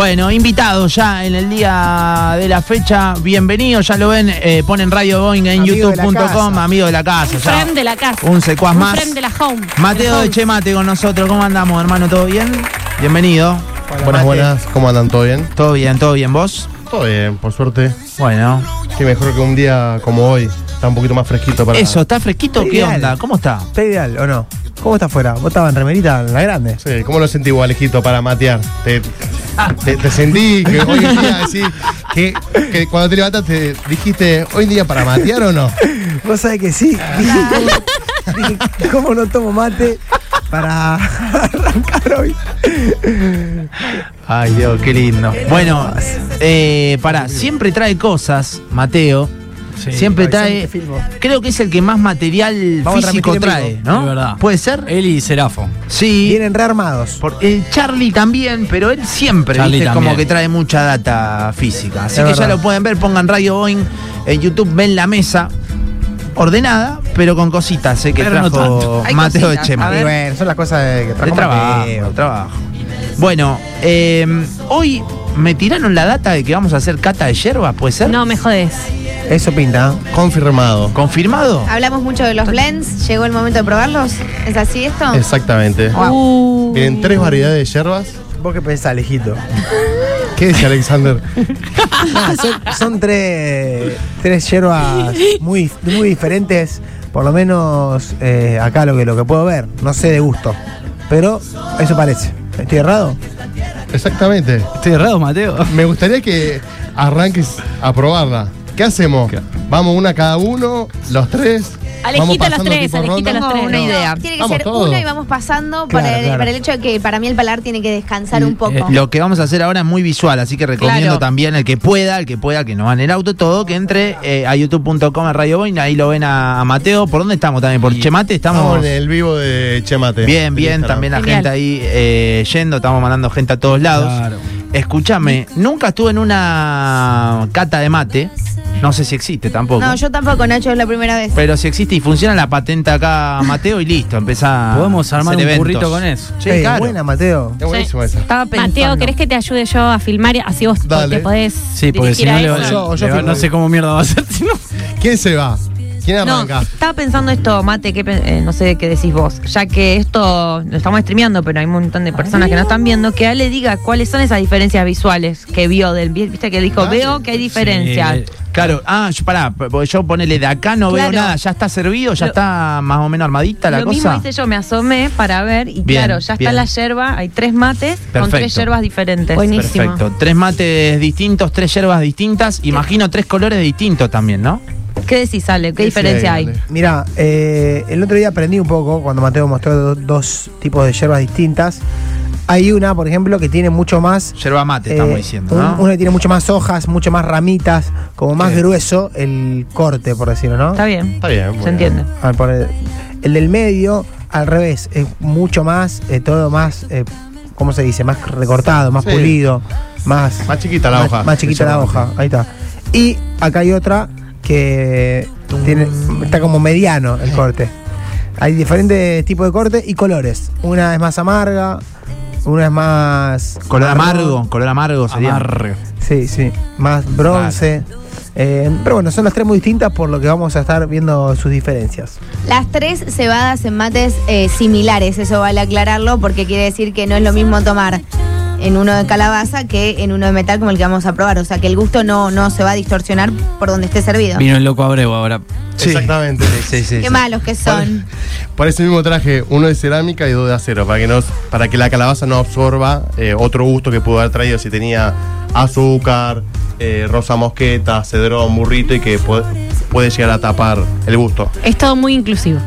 Bueno, invitados ya en el día de la fecha, bienvenidos, ya lo ven, eh, ponen Radio Boeing en Amigo de la youtube.com, casa. amigo de la casa. Un ya. friend de la casa. Un secuaz Un más. friend de la home. Mateo de Che. Chemate con nosotros, ¿cómo andamos, hermano? ¿Todo bien? Bienvenido. Buenas, Mate. buenas, ¿cómo andan? ¿Todo bien? Todo bien, todo bien, vos. Todo bien, por suerte. Bueno, Sí, mejor que un día como hoy. Está un poquito más fresquito para. eso, ¿está fresquito? ¿Qué Ideal. onda? ¿Cómo está? ¿Está ideal o no? ¿Cómo está afuera? ¿Vos estabas en remerita en la grande? Sí, ¿cómo lo sentí, Alejito, para matear? Te, te- te sentí que hoy en día decís que, que cuando te levantaste dijiste, ¿hoy en día para matear o no? Vos sabés que sí. Dije, ¿cómo, dije, ¿cómo no tomo mate para arrancar hoy? Ay, Dios, qué lindo. Bueno, eh, pará, siempre trae cosas, Mateo. siempre trae. filmo. Creo que es el que más material Vamos a físico transmitir en trae, vivo. ¿no? Es verdad. ¿Puede ser? Él y Serafo. Sí. Vienen rearmados. Por- eh, Charlie también, pero él siempre Charlie ¿viste? también. como que trae mucha data física. Así Es que ya verdad. lo pueden ver, pongan Radio Boeing en YouTube, ven la mesa ordenada, pero con cositas eh, que Pero no trajo tanto. Hay Mateo de cositas, Chema. a ver. Y bueno, son las cosas de que De trajo trabajo, Mateo. trabajo. Bueno, eh, hoy me tiraron la data de que vamos a hacer cata de hierbas, ¿puede ser? No me jodés. Eso pinta. ¿eh? Confirmado. ¿Confirmado? Hablamos mucho de los blends, llegó el momento de probarlos. ¿Es así esto? Exactamente. Uh. En tres variedades de hierbas. ¿Vos qué pensás, Alejito? ¿Qué dice Alexander? Ah, son, son tres, tres hierbas muy, muy diferentes, por lo menos eh, acá lo que, lo que puedo ver. No sé de gusto, pero eso parece. ¿Estoy errado? Exactamente. Estoy errado, Mateo. Me gustaría que arranques a probarla. ¿Qué hacemos? ¿Qué? Vamos una cada uno, los tres. Alejito, vamos los pasando tres, tipo Alejito, ronda. los tres. Tengo una No. idea. Tiene que Vamos ser todos. una y vamos pasando Claro, para, el, claro. para el hecho de que para mí el palar tiene que descansar un poco. Lo que vamos a hacer ahora es muy visual, así que recomiendo Claro. también el que pueda, el que pueda, que no va en el auto, todo, que entre eh, a youtube.com a Radio Boeing, ahí lo ven a, a Mateo. ¿Por dónde estamos también? ¿Por Y- Chemate? Estamos Estamos en el vivo de Chemate. bien, bien, también la Genial. gente ahí eh, yendo, estamos mandando gente a todos lados. Claro. Escúchame, nunca estuve en una cata de mate, no sé si existe tampoco. No, yo tampoco, Nacho, es la primera vez. Pero si existe y funciona la patente acá, Mateo, y listo, empezá. Podemos a armar hacer un eventos. burrito con eso. Sí, Eh, claro. Buena, Mateo. Es buenísima esa. Estaba Mateo, ¿querés que te ayude yo a filmar? Así vos Dale. te podés. Sí, porque si dirigir no a le eso. va- Yo- yo le va- firmo. No sé cómo mierda va a ser si no. ¿Quién se va? ¿Quién No, arranca? estaba pensando esto, Mate, que, pe- eh, no sé qué decís vos, ya que esto lo estamos streameando, pero hay un montón de personas que no están viendo, que Ale diga cuáles son esas diferencias visuales que vio del vi- viste que dijo, Dale. veo que hay diferencias. Sí, Claro, ah, yo, pará, porque yo ponele de acá no Claro. veo nada, ya está servido, ya Lo- está más o menos armadita la lo cosa. mismo hice yo, me asomé para ver y Bien, claro, ya bien. está la yerba, hay tres mates con Perfecto. tres yerbas diferentes. Buenísimo. Perfecto, tres mates distintos, tres hierbas distintas, imagino tres colores distintos también, ¿no? ¿Qué decís, Ale? ¿Qué Sí, diferencia ahí, hay? dale. Mira, eh, el otro día aprendí un poco cuando Mateo mostró do- dos tipos de hierbas distintas. Hay una, por ejemplo, que tiene mucho más. Yerba mate, eh, estamos diciendo, un- ¿no? Una que tiene mucho más hojas, mucho más ramitas, como más Sí. grueso el corte, por decirlo, ¿no? Está bien, Está bien, bueno. se entiende. Al poner- el del medio, al revés, es mucho más, eh, todo más, eh, ¿cómo se dice? Más recortado, más Sí. pulido, más, Más chiquita la más- hoja. Más chiquita la hoja, ahí está. Y acá hay otra que tiene, está como mediano el corte. Hay diferentes tipos de cortes y colores. Una es más amarga, una es más... Color marrón. amargo, color amargo sería. Amarre. Sí, sí, más bronce. Eh, pero bueno, son las tres muy distintas por lo que vamos a estar viendo sus diferencias. Las tres cebadas en mates eh, similares, eso vale aclararlo porque quiere decir que no es lo mismo tomar en uno de calabaza que en uno de metal como el que vamos a probar. O sea que el gusto no, no se va a distorsionar por donde esté servido. Vino el loco Abreu ahora. Sí. Exactamente. Sí, sí, Qué sí. malos que son. Por ese mismo traje, uno de cerámica y dos de acero, para que, no, para que la calabaza no absorba eh, otro gusto que pudo haber traído si tenía azúcar, eh, rosa mosqueta, cedrón, burrito y que puede, puede llegar a tapar el gusto. Es todo muy inclusivo.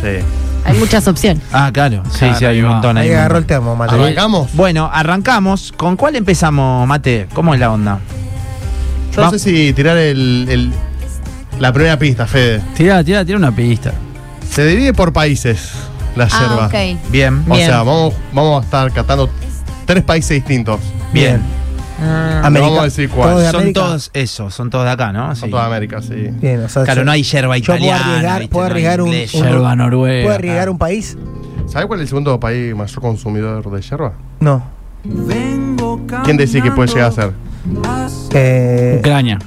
Sí. Hay muchas opciones. Ah, claro, sí, Claro, sí, hay ahí un va. montón ahí. Ahí un agarró el montón. termo, Mateo. ¿Arrancamos? Bueno, arrancamos. ¿Con cuál empezamos, Mate? ¿Cómo es la onda? Yo Va- no sé si tirar el, el- la primera pista, Fede. Tira, tira, tira una pista. Se divide por países la yerba. Ah, ok. Bien, O Bien. sea, vamos, vamos a estar catando tres países distintos. bien. Ah, América. vamos a decir cuál. Todos de Son América. todos esos, son todos de acá, ¿no? Son Sí. toda América, sí. Bien, o sea, Claro, yo- no hay yerba yo puedo italiana. arriesgar- ¿viste? No puedo hay arriesgar un- inglesa. un- Yerba noruega. ¿Puedo arriesgar Ah. un país? ¿Sabes cuál es el segundo país mayor consumidor de yerba? No. ¿Quién decís que puede llegar a ser? Eh, Ucrania.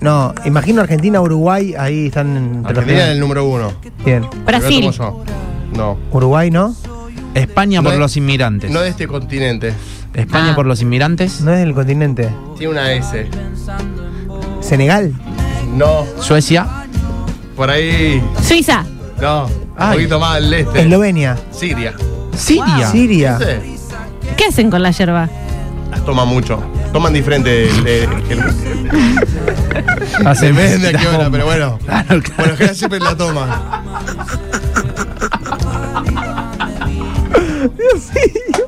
no, imagino Argentina, Uruguay, ahí están entre los Argentina es primeros. el número uno. Bien. Brasil. Pero tomo yo. No. Uruguay, ¿no? España No por es- los inmigrantes. No de este continente. España Ah. por los inmigrantes. No es del continente. Tiene una S. Senegal. No. Suecia. Por ahí. Suiza. No. Un Ay. poquito más al este. Eslovenia. Siria. Siria. Siria. Sí. ¿Qué hacen con la yerba? Las toman mucho. Toman diferente. el- el- el- Hace Depende a qué la hora, bomba. pero bueno. Claro, claro. Bueno, que siempre la toman.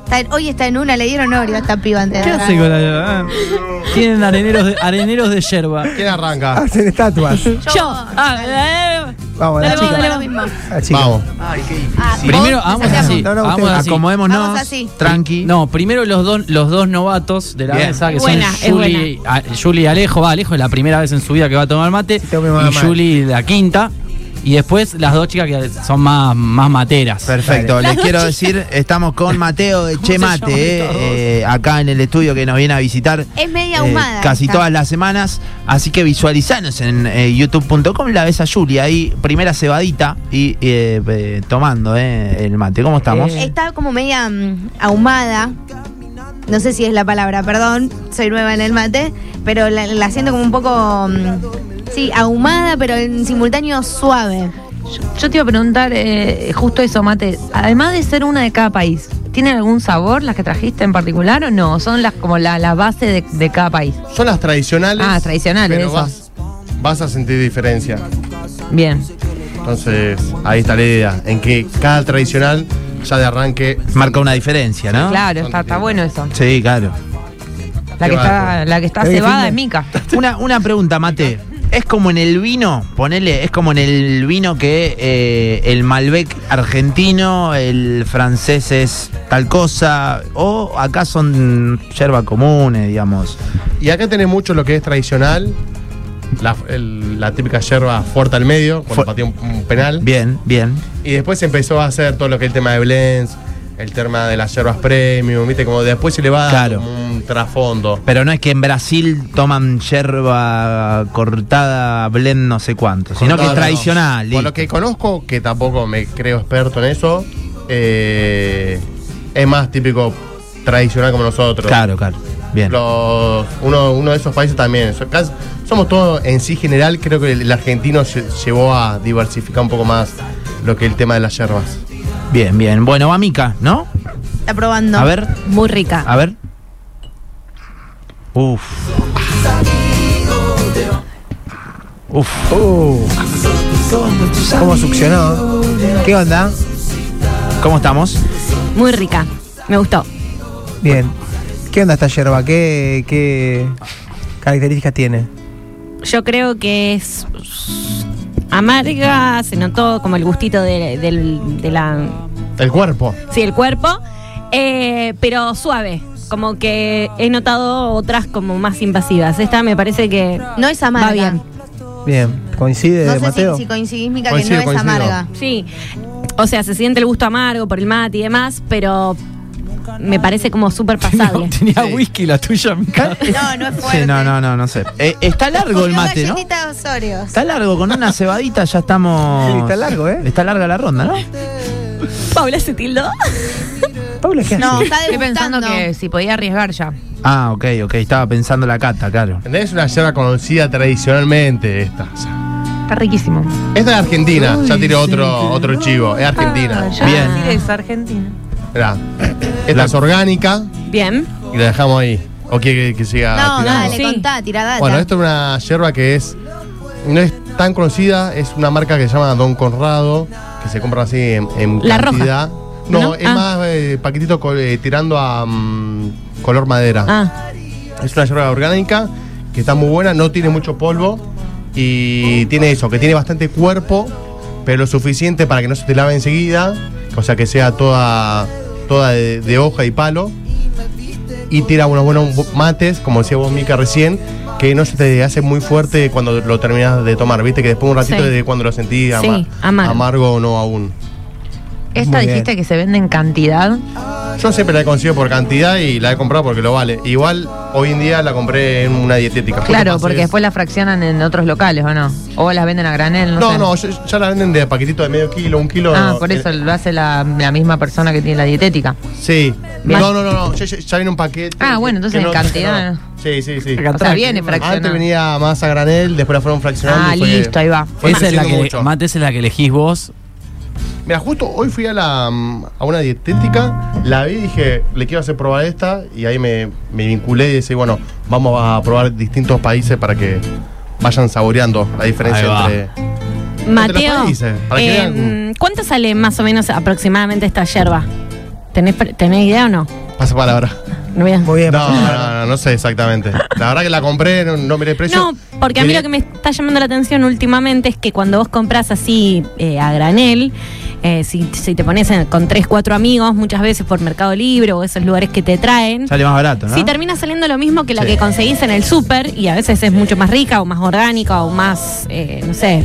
Está en- hoy está en una, le dieron oro a esta piba antes. de ¿Qué agarrar. hace con la yerba? Ah. Tienen areneros de, areneros de yerba. ¿Quién Ah, arranca? Hacen estatuas. Yo. Ah, eh, Vamos, la Dale, chica. vamos, dale. Lo mismo. La chica. Vamos. Ah, Primero, vos, vamos empezate así. No, no, vamos ustedes. así. Acomodémonos. Vamos así. Tranqui. No, primero los dos, los dos novatos de la Bien. mesa, que Buena, es son Juli, a- Juli y Alejo. Va, Alejo es la primera vez en su vida que va a tomar mate. tengo que tomar y mate. Juli la quinta. Y después las dos chicas que son más, más materas. Perfecto, Dale. les Las quiero dos decir, estamos con Mateo de Che se Mate, llaman eh, todos? eh, acá en el estudio que nos viene a visitar. Es media eh, ahumada casi esta. todas las semanas, así que visualizanos en eh, youtube.com y la ves a Yuri ahí, primera cebadita y eh, eh, tomando eh, el mate. ¿Cómo estamos? Eh. Está como media mm, ahumada. No sé si es la palabra, perdón, soy nueva en el mate, pero la, la siento como un poco, mm, sí, ahumada, pero en simultáneo suave. Yo, yo te iba a preguntar eh, justo eso, Mate. Además de ser una de cada país, ¿tienen algún sabor las que trajiste en particular o no? Son las como la, la base de, de cada país. Son las tradicionales. Ah, tradicionales, Pero eso. vas, vas a sentir diferencia. Bien. Entonces, ahí está la idea. En que cada tradicional ya de arranque. Marca una diferencia, Ah, ¿no? Claro, está, está bueno eso. Sí, claro. La que está, la que está Creo que fin cebada de- es Mica. Una, una pregunta, Mate. Es como en el vino, ponele, es como en el vino que eh, el Malbec argentino, el francés es tal cosa, o acá son yerba comunes, digamos. Y acá tenés mucho lo que es tradicional. La, el- la típica yerba fuerte al medio, cuando Fu- pateó un, un penal. Bien, bien. Y después se empezó a hacer todo lo que es el tema de blends, el tema de las yerbas premium, ¿viste? Como después se le va a dar Claro. como un trasfondo. Pero no es que en Brasil toman yerba cortada, blend, no sé cuánto, sino que es No, no, no. tradicional. Por listo. lo que conozco, que tampoco me creo experto en eso, eh, es más típico tradicional como nosotros. Claro, claro. Bien. Los, uno, uno de esos países también. So- cas- Somos todos en sí general, creo que el, el argentino lle- llevó a diversificar un poco más lo que el tema de las yerbas. Bien, bien. Bueno, va Mica, ¿no? Está probando. A ver, Muy rica. a ver. Uf. Uf. Uh. ¿Cómo succionó? ¿Qué onda? ¿Cómo estamos? Muy rica. Me gustó. Bien. ¿Qué onda esta yerba? ¿Qué, qué características tiene? Yo creo que es amarga, se notó como el gustito de, del- de la, El cuerpo. sí, el cuerpo, eh, pero suave. Como que he notado otras como más invasivas. Esta me parece que No es amarga. Va bien. Bien. ¿Coincide, No sé Eh, Mateo? si, si coincidís, Mica, que Coincido, no es coincido. amarga. sí. O sea, se siente el gusto amargo por el mate y demás, pero me parece como súper pasable. Tenía whisky la tuya, ¿Eh? Mica. No, no es fuerte. Sí, no, no, no, no sé. Eh, está largo el Comió mate, ¿no? galletitas Oreos. Está largo, con una cebadita ya estamos. Sí, está largo, ¿eh? Está larga la ronda, ¿no? Paula se tildó. Paula, ¿qué No, hace? está Estoy pensando degustando. que si podía arriesgar ya. Ah, ok, ok. Estaba pensando la cata, claro. Es una yerba conocida tradicionalmente esta. Está riquísimo. Esta es Argentina, ya tiré otro, otro chivo, es Argentina. Ah, yo Bien. iba a decir eso, Argentina. Mirá, esta es orgánica Bien. y la dejamos ahí. ¿O quiere que, que siga No, tirando? dale, Sí. contá, tira data. Bueno, esta es una yerba que es no es tan conocida, es una marca que se llama Don Conrado, que se compra así en, en La cantidad. No, ¿No? es Ah. más eh, paquetito col- eh, tirando a mm, color madera. Ah, Es una yerba orgánica que está muy buena, no tiene mucho polvo y tiene eso, que tiene bastante cuerpo, pero lo suficiente para que no se te lave enseguida, o sea que sea toda, toda de, de hoja y palo. Y tira unos buenos mates, como decía vos, Mica, recién, que no se te hace muy fuerte cuando lo terminas de tomar, viste, que después un ratito Sí. de cuando lo sentís ama- Sí, amargo. amargo o no aún. Esta Muy bien. dijiste que se vende en cantidad. Yo siempre la he conseguido por cantidad y la he comprado porque lo vale. Igual hoy en día la compré en una dietética. Justo Claro, pasé porque eso. después la fraccionan en otros locales, ¿o no? O las venden a granel, no No, sé. no, ya, ya la venden de paquetito de medio kilo, un kilo. Ah, no, por eh, eso lo hace la, la misma persona que tiene la dietética. Sí. Bien. No, no, no, no, Ya, ya- ya viene un paquete. Ah, bueno, entonces que en cantidad. Sí, sí, sí. O sea, viene Antes fraccionada. venía más a granel, después la fueron fraccionando. Ah, y fue- listo, ahí va. fue Esa es la que, creciendo mucho. Mate, esa es la que elegís vos. Mira, justo hoy fui a la mm, a una dietética, la vi y dije, le quiero hacer probar esta, y ahí me, me vinculé y decía, bueno, vamos a probar distintos países para que vayan saboreando la Ahí diferencia va. entre. Mateo, países, para que em, vean. ¿cuánto sale más o menos aproximadamente esta yerba? ¿Tenés, pre- tenés idea o no? Pasa palabra. No, voy a- Muy bien. No, Martín. no, no, no sé exactamente. La verdad que la compré, no, no miré el precio. No, porque a mí Quería- lo que me está llamando la atención últimamente es que cuando vos compras así eh, a granel, eh, si, si te pones en- con tres, cuatro amigos, muchas veces por Mercado Libre o esos lugares que te traen, Sale más barato, ¿no? Sí, termina saliendo lo mismo que la Sí. que conseguís en el súper y a veces es mucho más rica o más orgánica o más, eh, no sé.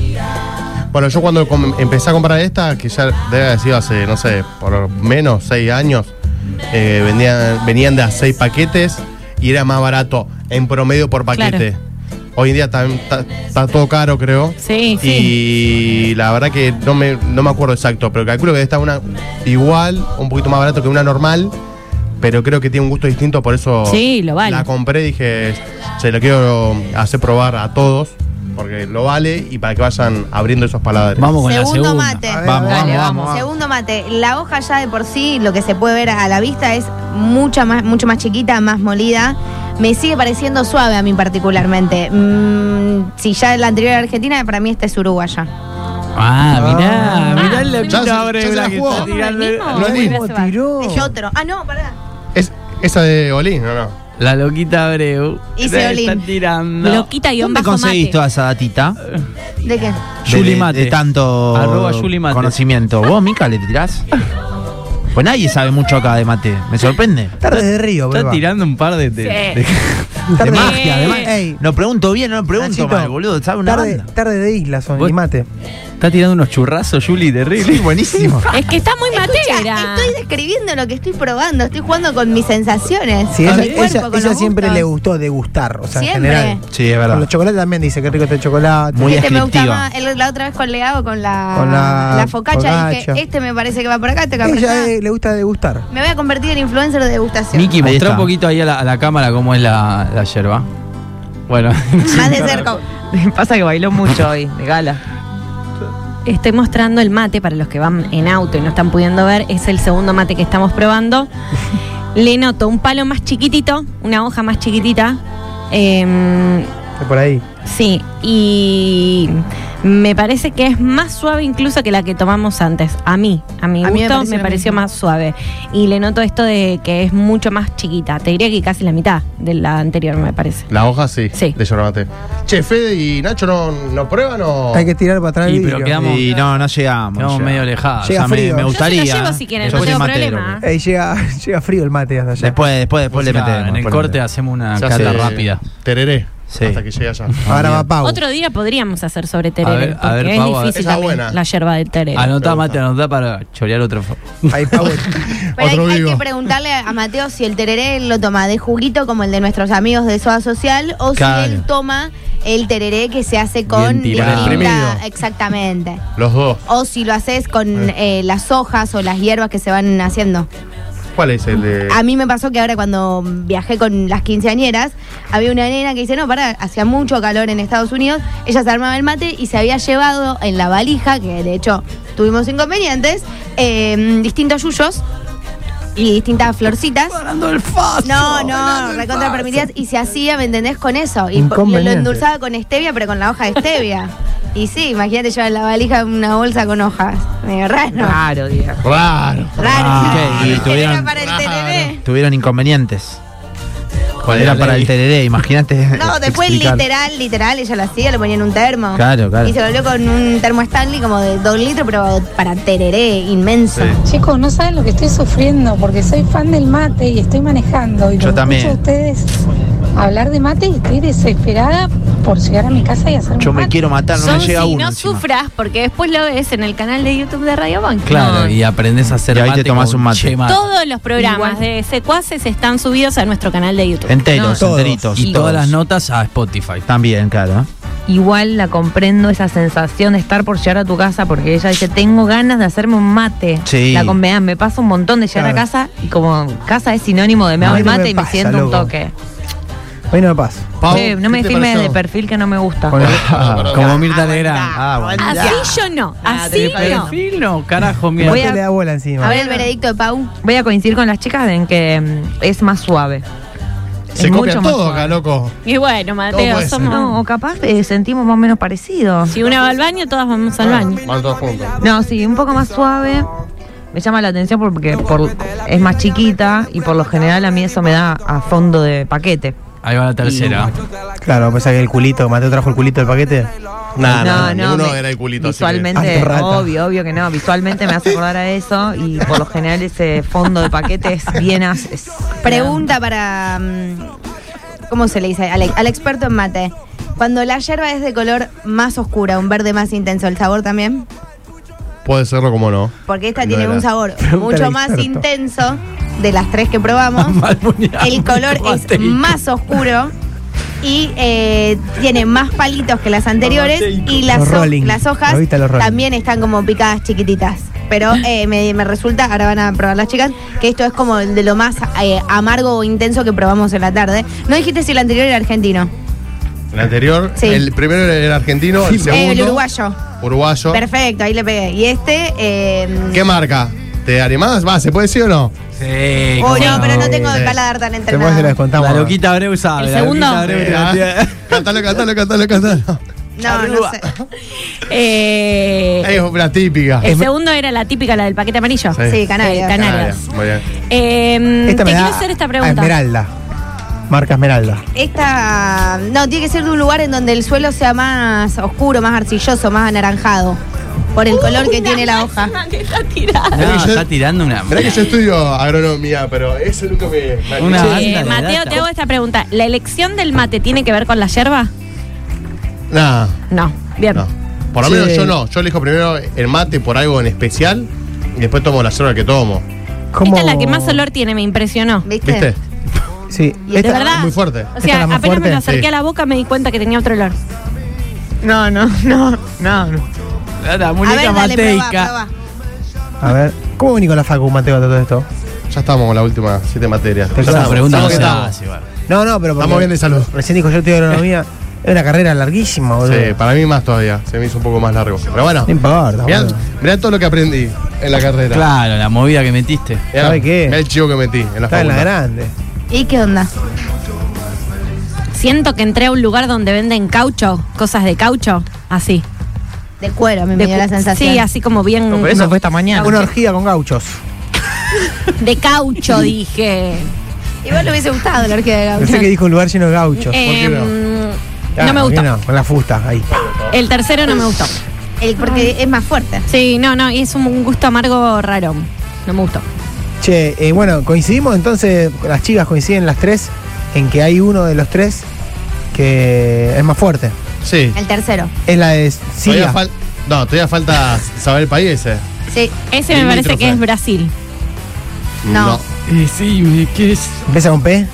Bueno, yo cuando com- empecé a comprar esta, que ya debe haber sido hace, no sé, por lo menos seis años, eh, vendían, venían de a seis paquetes y era más barato en promedio por paquete. Hoy en día está, está- está todo caro, creo. Sí, sí. Y la verdad que no me, no me acuerdo exacto, pero calculo que está una igual, un poquito más barato que una normal, pero creo que tiene un gusto distinto, por eso Sí, lo vale. la compré y dije, se lo quiero hacer probar a todos, porque lo vale y para que vayan abriendo esos paladares. Vamos con la Segundo segunda. mate. A ver, Vamos, dale, vamos, vamos. vamos. Segundo mate, la hoja ya de por sí, lo que se puede ver a la vista es mucha más, mucho más chiquita, más molida. Me sigue pareciendo suave a mí particularmente. Mm, si ya la anterior era argentina, para mí esta es uruguaya. Ah, mirá, mirá el Ya se- ya se la jugó. No es di. ¿Cómo Oh, tiró? Es otro. Ah, no, pará. Es, esa de Olin, no, no. La loquita Abreu. Y Se Seolín. están tirando. Loquita y un ¿Dónde bajo conseguís mate. toda esa datita? ¿De qué? De- Yuli eh, de- Mate. De, tanto Arroba Yuli Mate. conocimiento. ¿Vos, Mica, le tirás? Pues nadie sabe mucho acá de mate. Me sorprende. Tardes de río, Está beba. tirando un par de. Sí. de- de- De Tarde- magia, de magia. Ey, No pregunto bien, no pregunto Nachito, mal, boludo. ¿Sabe una tarde, banda? tarde de isla son Vos- y mate. Está tirando unos churrazos, Juli, terrible. Sí, buenísimo. Es que está muy Ya, matera. estoy describiendo lo que estoy probando, estoy jugando con mis sensaciones. Sí, con ella, mi cuerpo, ella- con ella los siempre gustos. le gustó degustar, o sea, Siempre. en general. Sí, es Con verdad. los chocolates también dice que rico está el chocolate. Muy este me gusta descriptiva. más, el- la otra vez con Leao, con la, Con la focacha, dije, focaccia. este me parece que va por acá, este que va por ella acá. eh, le gusta degustar. Me voy a convertir en influencer de degustación. Miki, Ahí mostrá está. un poquito ahí a la, a la cámara cómo es la, la yerba. Bueno. Más de cerca. Pasa que bailó mucho hoy, de gala. Estoy mostrando el mate para los que van en auto y no están pudiendo ver. Es el segundo mate que estamos probando. Le noto un palo más chiquitito, una hoja más chiquitita. Em, Que por ahí. Sí, y me parece que es más suave incluso que la que tomamos antes. A mí, a mi A mí me gusto, parece me lo pareció mismo. más suave. Y le noto esto de que es mucho más chiquita. Te diría que casi la mitad de la anterior, me parece. La hoja sí, Sí. de Yoromate. Che, Fede y Nacho no, no prueban o. Hay que tirar para atrás Oh. Y, el pero vidrio. quedamos- Y no, no llegamos. Estamos llegamos. medio alejados. Llega O sea, me- frío. me, Yo se lo gustaría. llevo si quieren, Yo no soy tengo matero, problema. ¿eh? boludo. Ey, llega, llega frío el mate hasta allá. Después, después, después le metemos. Pues en el después le corte metemos. hacemos una Ya cata se- Ah, rápida. Tereré. Sí. Hasta que llegue allá. Ahora va Pau. Otro día podríamos hacer sobre tereré, A ver, a porque ver, es Pau, a ver. difícil Esa también buena. la yerba de tereré. Anotá, Me gusta. mate, anotá para chorear otro. fo- Ahí Pau. Pero hay, Otro hay vivo. que preguntarle a Mateo si el tereré lo toma de juguito como el de nuestros amigos de Soda Social o Claro. si él toma el tereré que se hace Bien con tirado. distinta, Comprimido. exactamente. Los dos. O si lo haces con eh, las hojas o las hierbas que se van haciendo. ¿Cuál es el Eh. de.? A mí me pasó que ahora cuando viajé con las quinceañeras, había una nena que dice, no, para, hacía mucho calor en Estados Unidos, ella se armaba el mate y se había llevado en la valija, que de hecho tuvimos inconvenientes, eh, distintos yuyos y distintas florcitas. No, no, recontra permitidas y se hacía, ¿me entendés? Con eso. Y po- lo, lo Inconveniente. endulzaba con stevia, pero con la hoja de stevia. Y sí, imagínate llevar en la valija una bolsa con hojas. Medio raro. Claro, Diego. Raro. Raro. Ah, ok, y Era tuvieron- para el Raro. tereré. Tuvieron inconvenientes. Joder, Era la para el ley. tereré, imagínate. No, después explicar. literal, literal, ella lo hacía, lo ponía en un termo. Claro, claro. Y se volvió con un termo Stanley como de dos litros, pero para tereré, inmenso. Chicos, no saben lo que estoy sufriendo porque soy fan del mate y estoy manejando. Y Yo los también. escucho a ustedes hablar de mate y estoy desesperada por llegar a mi casa y hacerme Yo un me mate. quiero matar, no Son me llega si uno. no encima. sufras, porque después lo ves en el canal de YouTube de Radio Bank. Claro, No. y aprendes a hacer Y ahí te mate tomás con un mate. yema. Todos los programas de secuaces están subidos a nuestro canal de YouTube. Enteros, No, todos. enteritos. Y todos. todas las notas a Spotify. También, claro. Igual la comprendo esa sensación de estar por llegar a tu casa porque ella dice, tengo ganas de hacerme un mate. Sí. La con- me, da- me pasa un montón de llegar Claro. a casa y como casa es sinónimo de me A hago mí el no mate me y me pasa, siento un loco. toque. A mí no me pasa. Pau, Che, no ¿qué me te filmes de pareció? perfil que no me gusta. Con- Ah, Como Ah, Mirta Legrand. Así yo no, así no. perfil no, carajo, mira. Voy a- Aparte le da bola encima. A ver el veredicto de Pau. Voy a coincidir con las chicas en que mm, es más suave. Se es copia mucho más todo suave. acá, loco. Y bueno, Todo Mateo, puede ser. somos. No, o capaz eh, sentimos más o menos parecido. Si una va al baño, todas vamos al baño. Van todos juntos. No, sí, un poco más suave. Me llama la atención porque por- es más chiquita y por lo general a mí eso me da a fondo de paquete. Ahí va la tercera. Claro, pensá que el culito, Mateo trajo el culito del paquete. Nada, nada. Ah, ninguno me- era el culito. así que- Visualmente, Alto rata. obvio, obvio que no. Visualmente me hace acordar a eso y por lo general ese fondo de paquete es bien. as- es- Pregunta para. mm, ¿Cómo se le dice? Al, al experto en mate. Cuando la yerba es de color más oscura, un verde más intenso, ¿el sabor también? Puede serlo como no. Porque esta No tiene era. un sabor Pregunta mucho al más experto. intenso de las tres que probamos. Mal puñado. el color es más oscuro y eh, tiene más palitos que las anteriores y las, Los ho- rolling. las hojas ¿No viste los rolling? también están como picadas chiquititas. Pero Mm. eh, me, me resulta, ahora van a probar las chicas, que esto es como el de lo más eh, amargo o intenso que probamos en la tarde. No dijiste si el anterior era argentino, El anterior, Sí. el primero era el argentino, el Eh, segundo. el uruguayo. Uruguayo. Perfecto, ahí le pegué. Y este... eh, ¿Qué marca? ¿Te animás? Va, ¿se puede sí o no? Sí, oh, cómo no, pero no tengo Sí. paladar tan Te puedes se lo entrenado. descontamos. La loquita Abreu sabe. ¿El la segundo? loquita Abreu ¿eh? Ah, tiene- Cantalo, cantalo, cantalo, cantalo. No, no sé. Eh, Es una típica. el segundo era la típica, la del paquete amarillo. Sí. Sí, canarias. Eh, canarias. Ah, bien, muy bien. Eh, Esta te me quiero da hacer esta a pregunta. Esmeralda. Marca Esmeralda. Esta. No, tiene que ser de un lugar en donde el suelo sea más oscuro, más arcilloso, más anaranjado. Por el color que tiene la hoja. No, que yo- está tirando una. Mirá que yo estudio agronomía, pero eso nunca me. me Una animé. banda Eh, de Mateo, data. te hago esta pregunta. ¿La elección del mate tiene que ver con la yerba? Nah, No. Bien. no. Por lo Sí. menos yo no. Yo elijo primero el mate por algo en especial y después tomo la sola que tomo. ¿Cómo- Esta es la que más olor tiene, me impresionó. ¿Viste? ¿Viste? Sí. Y Esta- de verdad. Es muy fuerte. O ¿Esta es sea, la más apenas me fuerte? lo acerqué Sí. a la boca me di cuenta que tenía otro olor. No, no, no, no. no. La A muñeca ver, dale, probá, mateica. probá. A ver. ¿Cómo venís con la facu, Mateo, a todo esto? Ya estamos con la última siete materias. Ya Esa Esa estamos. pregunta no Estamos se que estamos. hace, igual. No, no, pero porque- Estamos bien de salud. Recién dijo yo estudio agronomía. es una carrera larguísima, boludo. Sí, para mí más todavía. Se me hizo un poco más largo. Pero bueno, No importa, mirá, boludo. mirá todo lo que aprendí en la carrera. Claro, la movida que metiste. Mirá- ¿Sabe qué? mirá el chivo que metí en la Está en la facultad. grande. ¿Y qué onda? Siento que entré a un lugar donde venden caucho, cosas de caucho, así. De cuero, me, De dio la cu- sensación. Sí, así como bien. Pero eso fue esta mañana. Una orgía con gauchos. De caucho, dije. Igual le hubiese gustado la orquídea de Gaucho. Pensé que dijo un lugar lleno de gauchos. Em, no? no me gusta gustó. No, con la fusta, ahí. El tercero no me gustó. El- porque es más fuerte. Sí, no, no, y es un gusto amargo raro. No me gustó. Che, eh, bueno, coincidimos entonces, las chicas coinciden las tres, en que hay uno de los tres que es más fuerte. Sí. El tercero. Es la de Todavía Siria. fal- no, todavía falta saber el país eh. ese. Sí. Ese me parece Limítrofe. que es Brasil. No. Eh, Y sí, me quieres. Empieza con P.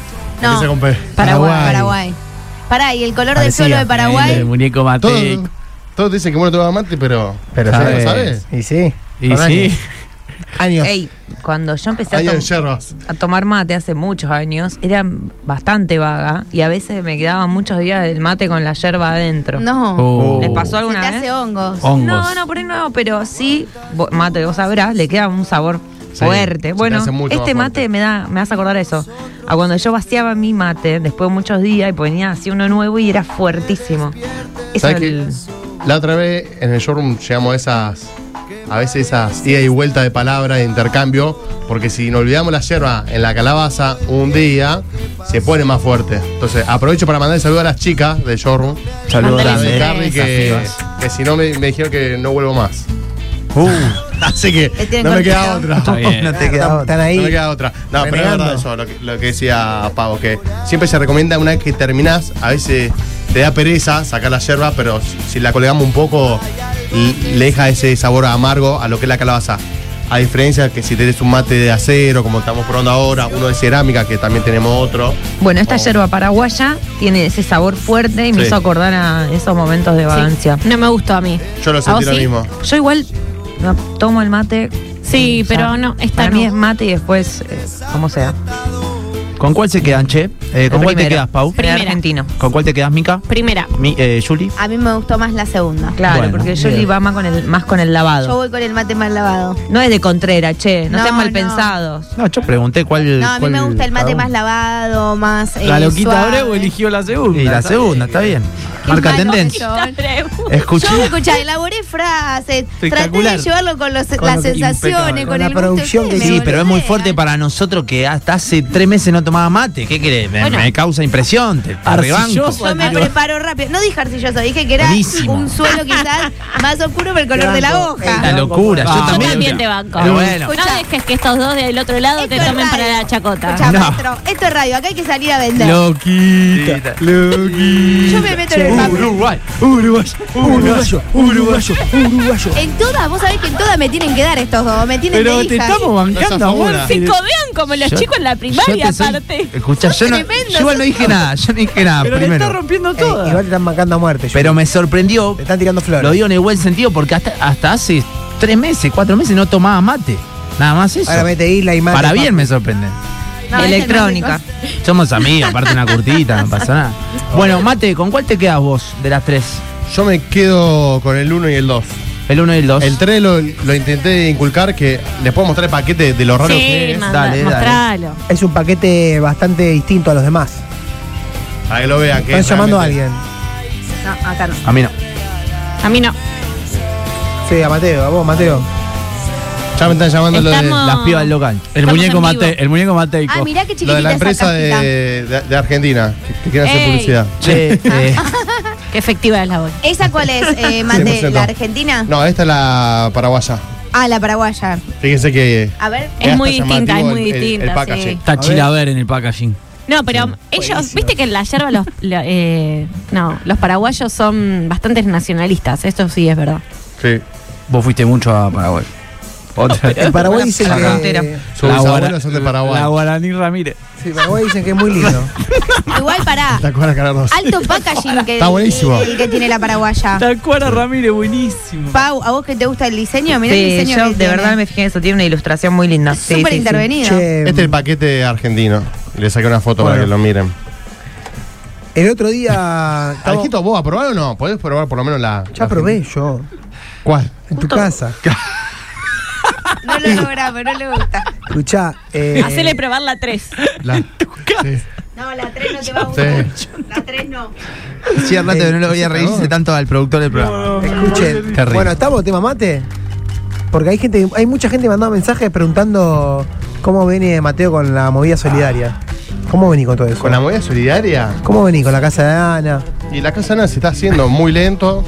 No. Empieza con P. Paraguay. Paraguay. Paraguay. Pará, y el color del Parecía. suelo de El Paraguay. muñeco Todos, mateica. todos dicen que bueno toma mate, pero. Pero sabes. ¿sabes? ¿Lo sabes? Y sí. Y Con sí. Años. Ey, cuando yo empecé a, Año tom- en yerras. a tomar mate hace muchos años, era bastante vaga y a veces me quedaban muchos días del mate con la yerba adentro. No. Oh. ¿Les pasó Se te ¿eh? alguna vez? hace hongos. Hongos. No, no, por ahí no, pero sí, vo- mate, vos sabrás, le queda un sabor Sí, se fuerte. te Bueno, hace mucho este más mate fuerte. me da, me hace acordar eso. A cuando yo vaciaba mi mate, después de muchos días, y ponía así uno nuevo y era fuertísimo. Eso ¿Sabes el- qué? La otra vez en el showroom llegamos a esas. A veces esas ida y vuelta de palabras, de intercambio, porque si nos olvidamos la yerba en la calabaza un día, se pone más fuerte. Entonces, aprovecho para mandar el saludo a las chicas del showroom. Saludos La de grandes. Carly, que, que si no me, me dijeron que no vuelvo más. Así que tienen no me queda cortado. otra. Está bien. Oh, No te quedas, están ahí. No me queda otra. No, pero es Renegando. verdad eso, lo que, lo que decía Pavo, que siempre se recomienda una vez que terminás, a veces te da pereza sacar la yerba, pero si la colgamos un poco, l- le deja ese sabor amargo a lo que es la calabaza. A diferencia que si tenés un mate de acero, como estamos probando ahora, uno de cerámica, que también tenemos otro. Bueno, esta Oh. yerba paraguaya tiene ese sabor fuerte y me Sí. hizo acordar a esos momentos de vagancia. No me gustó a mí. Yo lo ¿A vos sentí lo sí? mismo. Yo igual no, tomo el mate. Sí, Mm, o sea, pero no, esta Para no. mí es mate y después, eh, como sea. ¿Con cuál se quedan, Che? Eh, ¿Con El cuál te primero. quedas, Pau? El Primera. argentino. ¿Con cuál te quedas, Mica? Primera, Mi, eh, ¿Juli? A mí me gustó más la segunda. Claro, Bueno, porque yo bien. iba más con el, más con el Yo lavado. voy con el mate mal lavado. No es de Contrera, che, no, No, sean mal no. pensados. No, yo pregunté cuál. No, a mí cuál- me gusta el mate cada más uno. lavado, más. eh, La loquita suave. Abreu eligió la segunda. Y la está segunda, bien. está bien. Qué Marca malo tendencia. que soy. Escuché. Yo, escuchá, elaboré frases, traté de Espectacular. llevarlo con, los- Con las lo que- impecable. sensaciones, con, Con el la gusto producción que ustedes, Sí, me ¿eh? pero es muy volvieron. fuerte para nosotros que hasta hace tres meses no tomaba mate. ¿Qué querés? Me, Bueno. me causa impresión. Te, te Arcilloso. rebanco. Yo me preparo rápido. No dije arcilloso, dije que era Buenísimo. Eh, un suelo quizás más oscuro por el color de la La hoja. locura. Ah, Yo yo también. también te banco. Pero bueno. Escuchá. No dejes que estos dos del otro lado te Esto es tomen para radio. la chacota. Escuchá, No. maestro, esto es radio, acá hay que salir a vender. Loquita. Loquita. Yo me meto en el papel. Uruguay. Uruguay. Uruguayo, uruguayo, uruguayo. En todas, vos sabés que en todas me tienen que dar estos dos, me tienen Pero de te hija. estamos bancando, No amor. seas Se codean como los Yo- chicos en la yo primaria, te soy- aparte. Escuchá, yo, no, tremendo, yo igual no dije nada. Yo no dije nada Pero le está primero. rompiendo Eh, todo. igual te están marcando a muerte. yo. Pero me sorprendió. te están tirando flores. Lo digo en el buen sentido porque hasta, hasta hace tres meses, cuatro meses no tomaba mate. Nada más eso. Ahora mete isla y mate. Para bien me sorprende. No, es el Electrónica. mate Somos amigos, aparte una curtita, no pasa nada. Bueno, Mate, ¿con cuál te quedas vos de las tres? Yo me quedo con el 1 y el 2. El uno y el dos. El 3 lo, lo intenté inculcar, que les puedo mostrar el paquete de lo raro que Sí, es. manda- Dale, dale. mostralo. Es un paquete bastante distinto a los demás. Para que lo vean. Que Están es llamando a realmente- alguien. No, acá no. A mí no. A mí no. Sí, a Mateo, a vos, Mateo. Ya me están llamando lo de, Estamos- la, Las Ah. pibas del local. El Estamos muñeco, en vivo. mate, el muñeco mateico. Ah, mirá qué lo chiquitita de la esa empresa cajita. de, de- de Argentina, que, que quiere hacer Ey. publicidad. Che, eh, Qué efectiva es la voz. ¿Esa cuál es, eh, Mate? 100%. ¿La argentina? No, esta es la paraguaya. Ah, la paraguaya. Fíjense que. A ver. Es hasta muy distinta, es llamativo muy el- el- el distinta, packaging. sí. Está chila ver en el packaging. No, pero ellos, viste que en la yerba los, la- eh, no, los paraguayos son bastantes nacionalistas, esto sí es verdad. Sí. Vos fuiste mucho a Paraguay. Otra. En Paraguay Hola, dicen la frontera. que. Sus La abuelos guara- son de Paraguay. La Guaraní Ramírez. Sí, en Paraguay dicen que es muy lindo. Igual pará. ¿Te acuerdas, Carlos? Alto packaging que, Está buenísimo. El, que tiene la paraguaya. La Guara Ramírez, buenísimo. Pau, ¿a vos que te gusta el diseño? Mirá el Sí, diseño yo que de tiene. verdad me fijé en eso, tiene una ilustración muy linda. Sí, Súper sí, sí. intervenido. Che, Este es el paquete argentino. Le saqué una foto para Bueno. que lo miren. el otro día. estamos- Alquito, ¿vos aprobás o no? ¿Podés probar por lo menos la. ya la- probé yo. ¿Cuál? En tu casa. No lo logramos, no le gusta. Escuchá. Eh, Hacele probar la 3. La. Sí. No, la 3 no te va a gustar. La 3 no. sí, al rato que no lo voy a reírse tanto al productor del programa. Escuchen. Terrible. Bueno, ¿estamos tema mate? Porque hay gente, hay mucha gente mandando mensajes preguntando cómo viene Mateo con la movida solidaria. ¿Cómo venís con todo eso? Con la movida solidaria. ¿Cómo venís con la casa de Ana? Y la casa nada se está haciendo muy lento.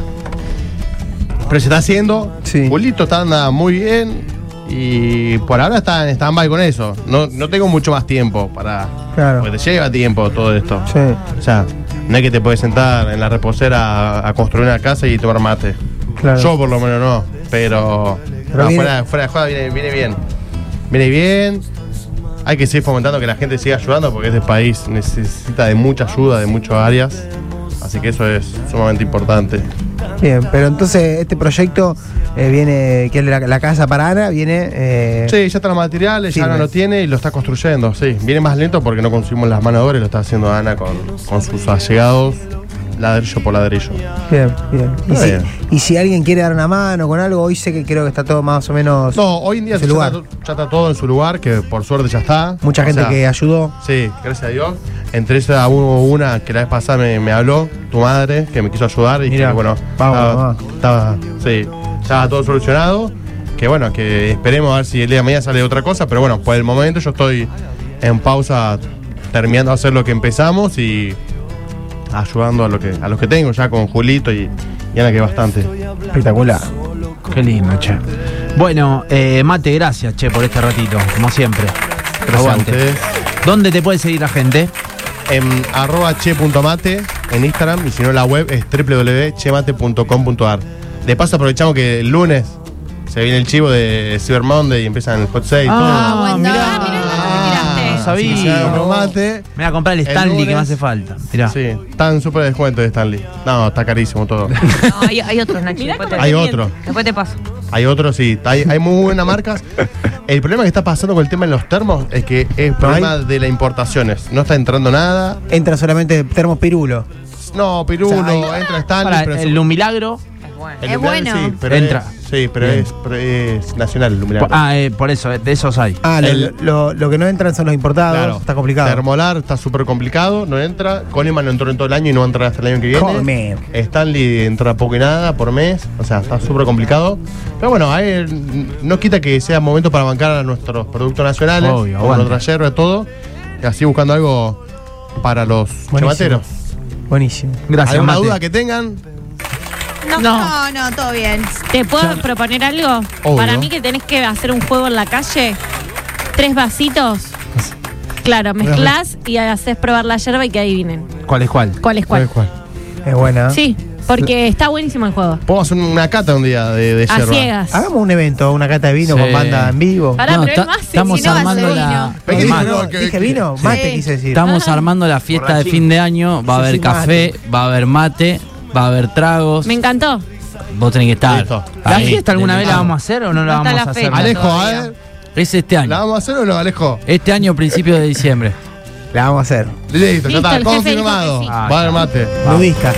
Pero se está haciendo. Sí. Julito está andando muy bien. Y por ahora está en stand-by con eso. No, no tengo mucho más tiempo para. Claro. Porque te lleva tiempo todo esto. Sí. O sea, no es que te puedes sentar en la reposera a, a construir una casa y tomar mate. Claro. Yo por lo menos no. Pero. Pero no, viene- fuera, fuera de joda viene, viene bien. Viene bien. Hay que seguir fomentando que la gente siga ayudando porque este país necesita de mucha ayuda, de muchas áreas. Así que eso es sumamente importante. Bien, pero entonces este proyecto eh, viene, que es la, la casa para Ana, viene. eh, Sí, ya está los materiales, ya Firme. Ana lo tiene y lo está construyendo. Sí, viene más lento porque no conseguimos las manos de obra y lo está haciendo Ana con, con sus allegados, ladrillo por ladrillo. Bien, bien. Y Está si, bien. y si alguien quiere dar una mano con algo, hoy sé que creo que está todo más o menos. No, hoy en día En su ya, lugar. Está, ya está todo en su lugar, que por suerte ya está. Mucha O gente sea, que ayudó. Sí, gracias a Dios. Entre esas hubo una que la vez pasada me, me habló, tu madre, que me quiso ayudar y Mirá, que, bueno, vamos, estaba, vamos. estaba- sí, estaba todo solucionado. Que bueno, que esperemos a ver si el día de mañana sale otra cosa, pero bueno, por el momento yo estoy en pausa terminando de hacer lo que empezamos y ayudando a lo que a los que tengo ya con Julito y, y Ana que bastante. Espectacular. Qué lindo, che. Bueno, eh, Mate, gracias, che, por este ratito, como siempre. Gracias a ustedes. ¿Dónde te puede seguir la gente? en arroba che.mate en Instagram y si no la web es www.chemate.com.ar. De paso aprovechamos que el lunes se viene el chivo de Cyber Monday y empiezan el hot sale y Ah, bueno, mirá. mirá lo que Ah, tiraste. No todo. sabía. Si se haga unos mate. Me voy a comprar el El Stanley que lunes- me hace falta. Mirá. Sí, están súper descuento de Stanley. No, está carísimo todo. No, hay, hay otros, Nacho. Mirá después cómo te- Hay otro. Después te paso. Hay otros, sí. Hay, hay muy buenas marcas. El problema que está pasando con el tema de los termos es que es problema de las importaciones. No está entrando nada. Entra solamente termo pirulo. No, Pirulo, O sea, entra Stanley. Para, pero el Lumilagro. Es bueno. el Es Luminar, bueno. Sí, pero Entra. es- sí, pero Bien. es, pero es nacional el Luminar. Po- Ah, eh, por eso, eh, de esos hay. Ah, lo, El- lo- lo que no entran son los importados. Está complicado. Termolar está súper complicado, no entra. Coleman no entró en todo el año y no va a entrar hasta el año que viene. Coleman. Stanley entra poco y nada por mes. O sea, está súper complicado. Pero bueno, ahí, eh, no quita que sea momento para bancar a nuestros productos nacionales, Obvio, con aguante. otra yerba y todo. Y así buscando algo para los Buenísimo. chamateros. Buenísimo. Gracias, ¿Alguna Mate. duda que tengan? No, No, no, todo bien. ¿Te puedo proponer algo? Obvio. Para mí que tenés que hacer un juego en la calle, tres vasitos. Claro, mezclas y haces probar la yerba y que adivinen ¿Cuál es cuál? cuál es cuál. Es buena. Sí, porque está buenísimo el juego. Podemos hacer una cata un día de, de A yerba. ciegas. Hagamos un evento, una cata de vino Sí. con banda en vivo. Pará, pero es ta- más, si estamos no va a armando ser la, vino. ¿Ves que No, dice, no, no, que- dije que- vino, mate quise decir. estamos Ah. armando la fiesta de fin de año. Va a Sí, haber sí, café, va a haber mate, va a haber tragos. Me encantó. Vos tenés que estar. Listo. ¿La ahí, fiesta alguna vez la delicado. vamos a hacer o no la No está vamos la a hacer? fecha. Alejo, a Todavía. ver. Es este ¿La año. vamos a hacer o no, Alejo? Este año, principio de diciembre. La vamos a hacer. Listo, Listo, ya está, el jefe dijo que confirmado. sí. Va a haber mate. Nudista.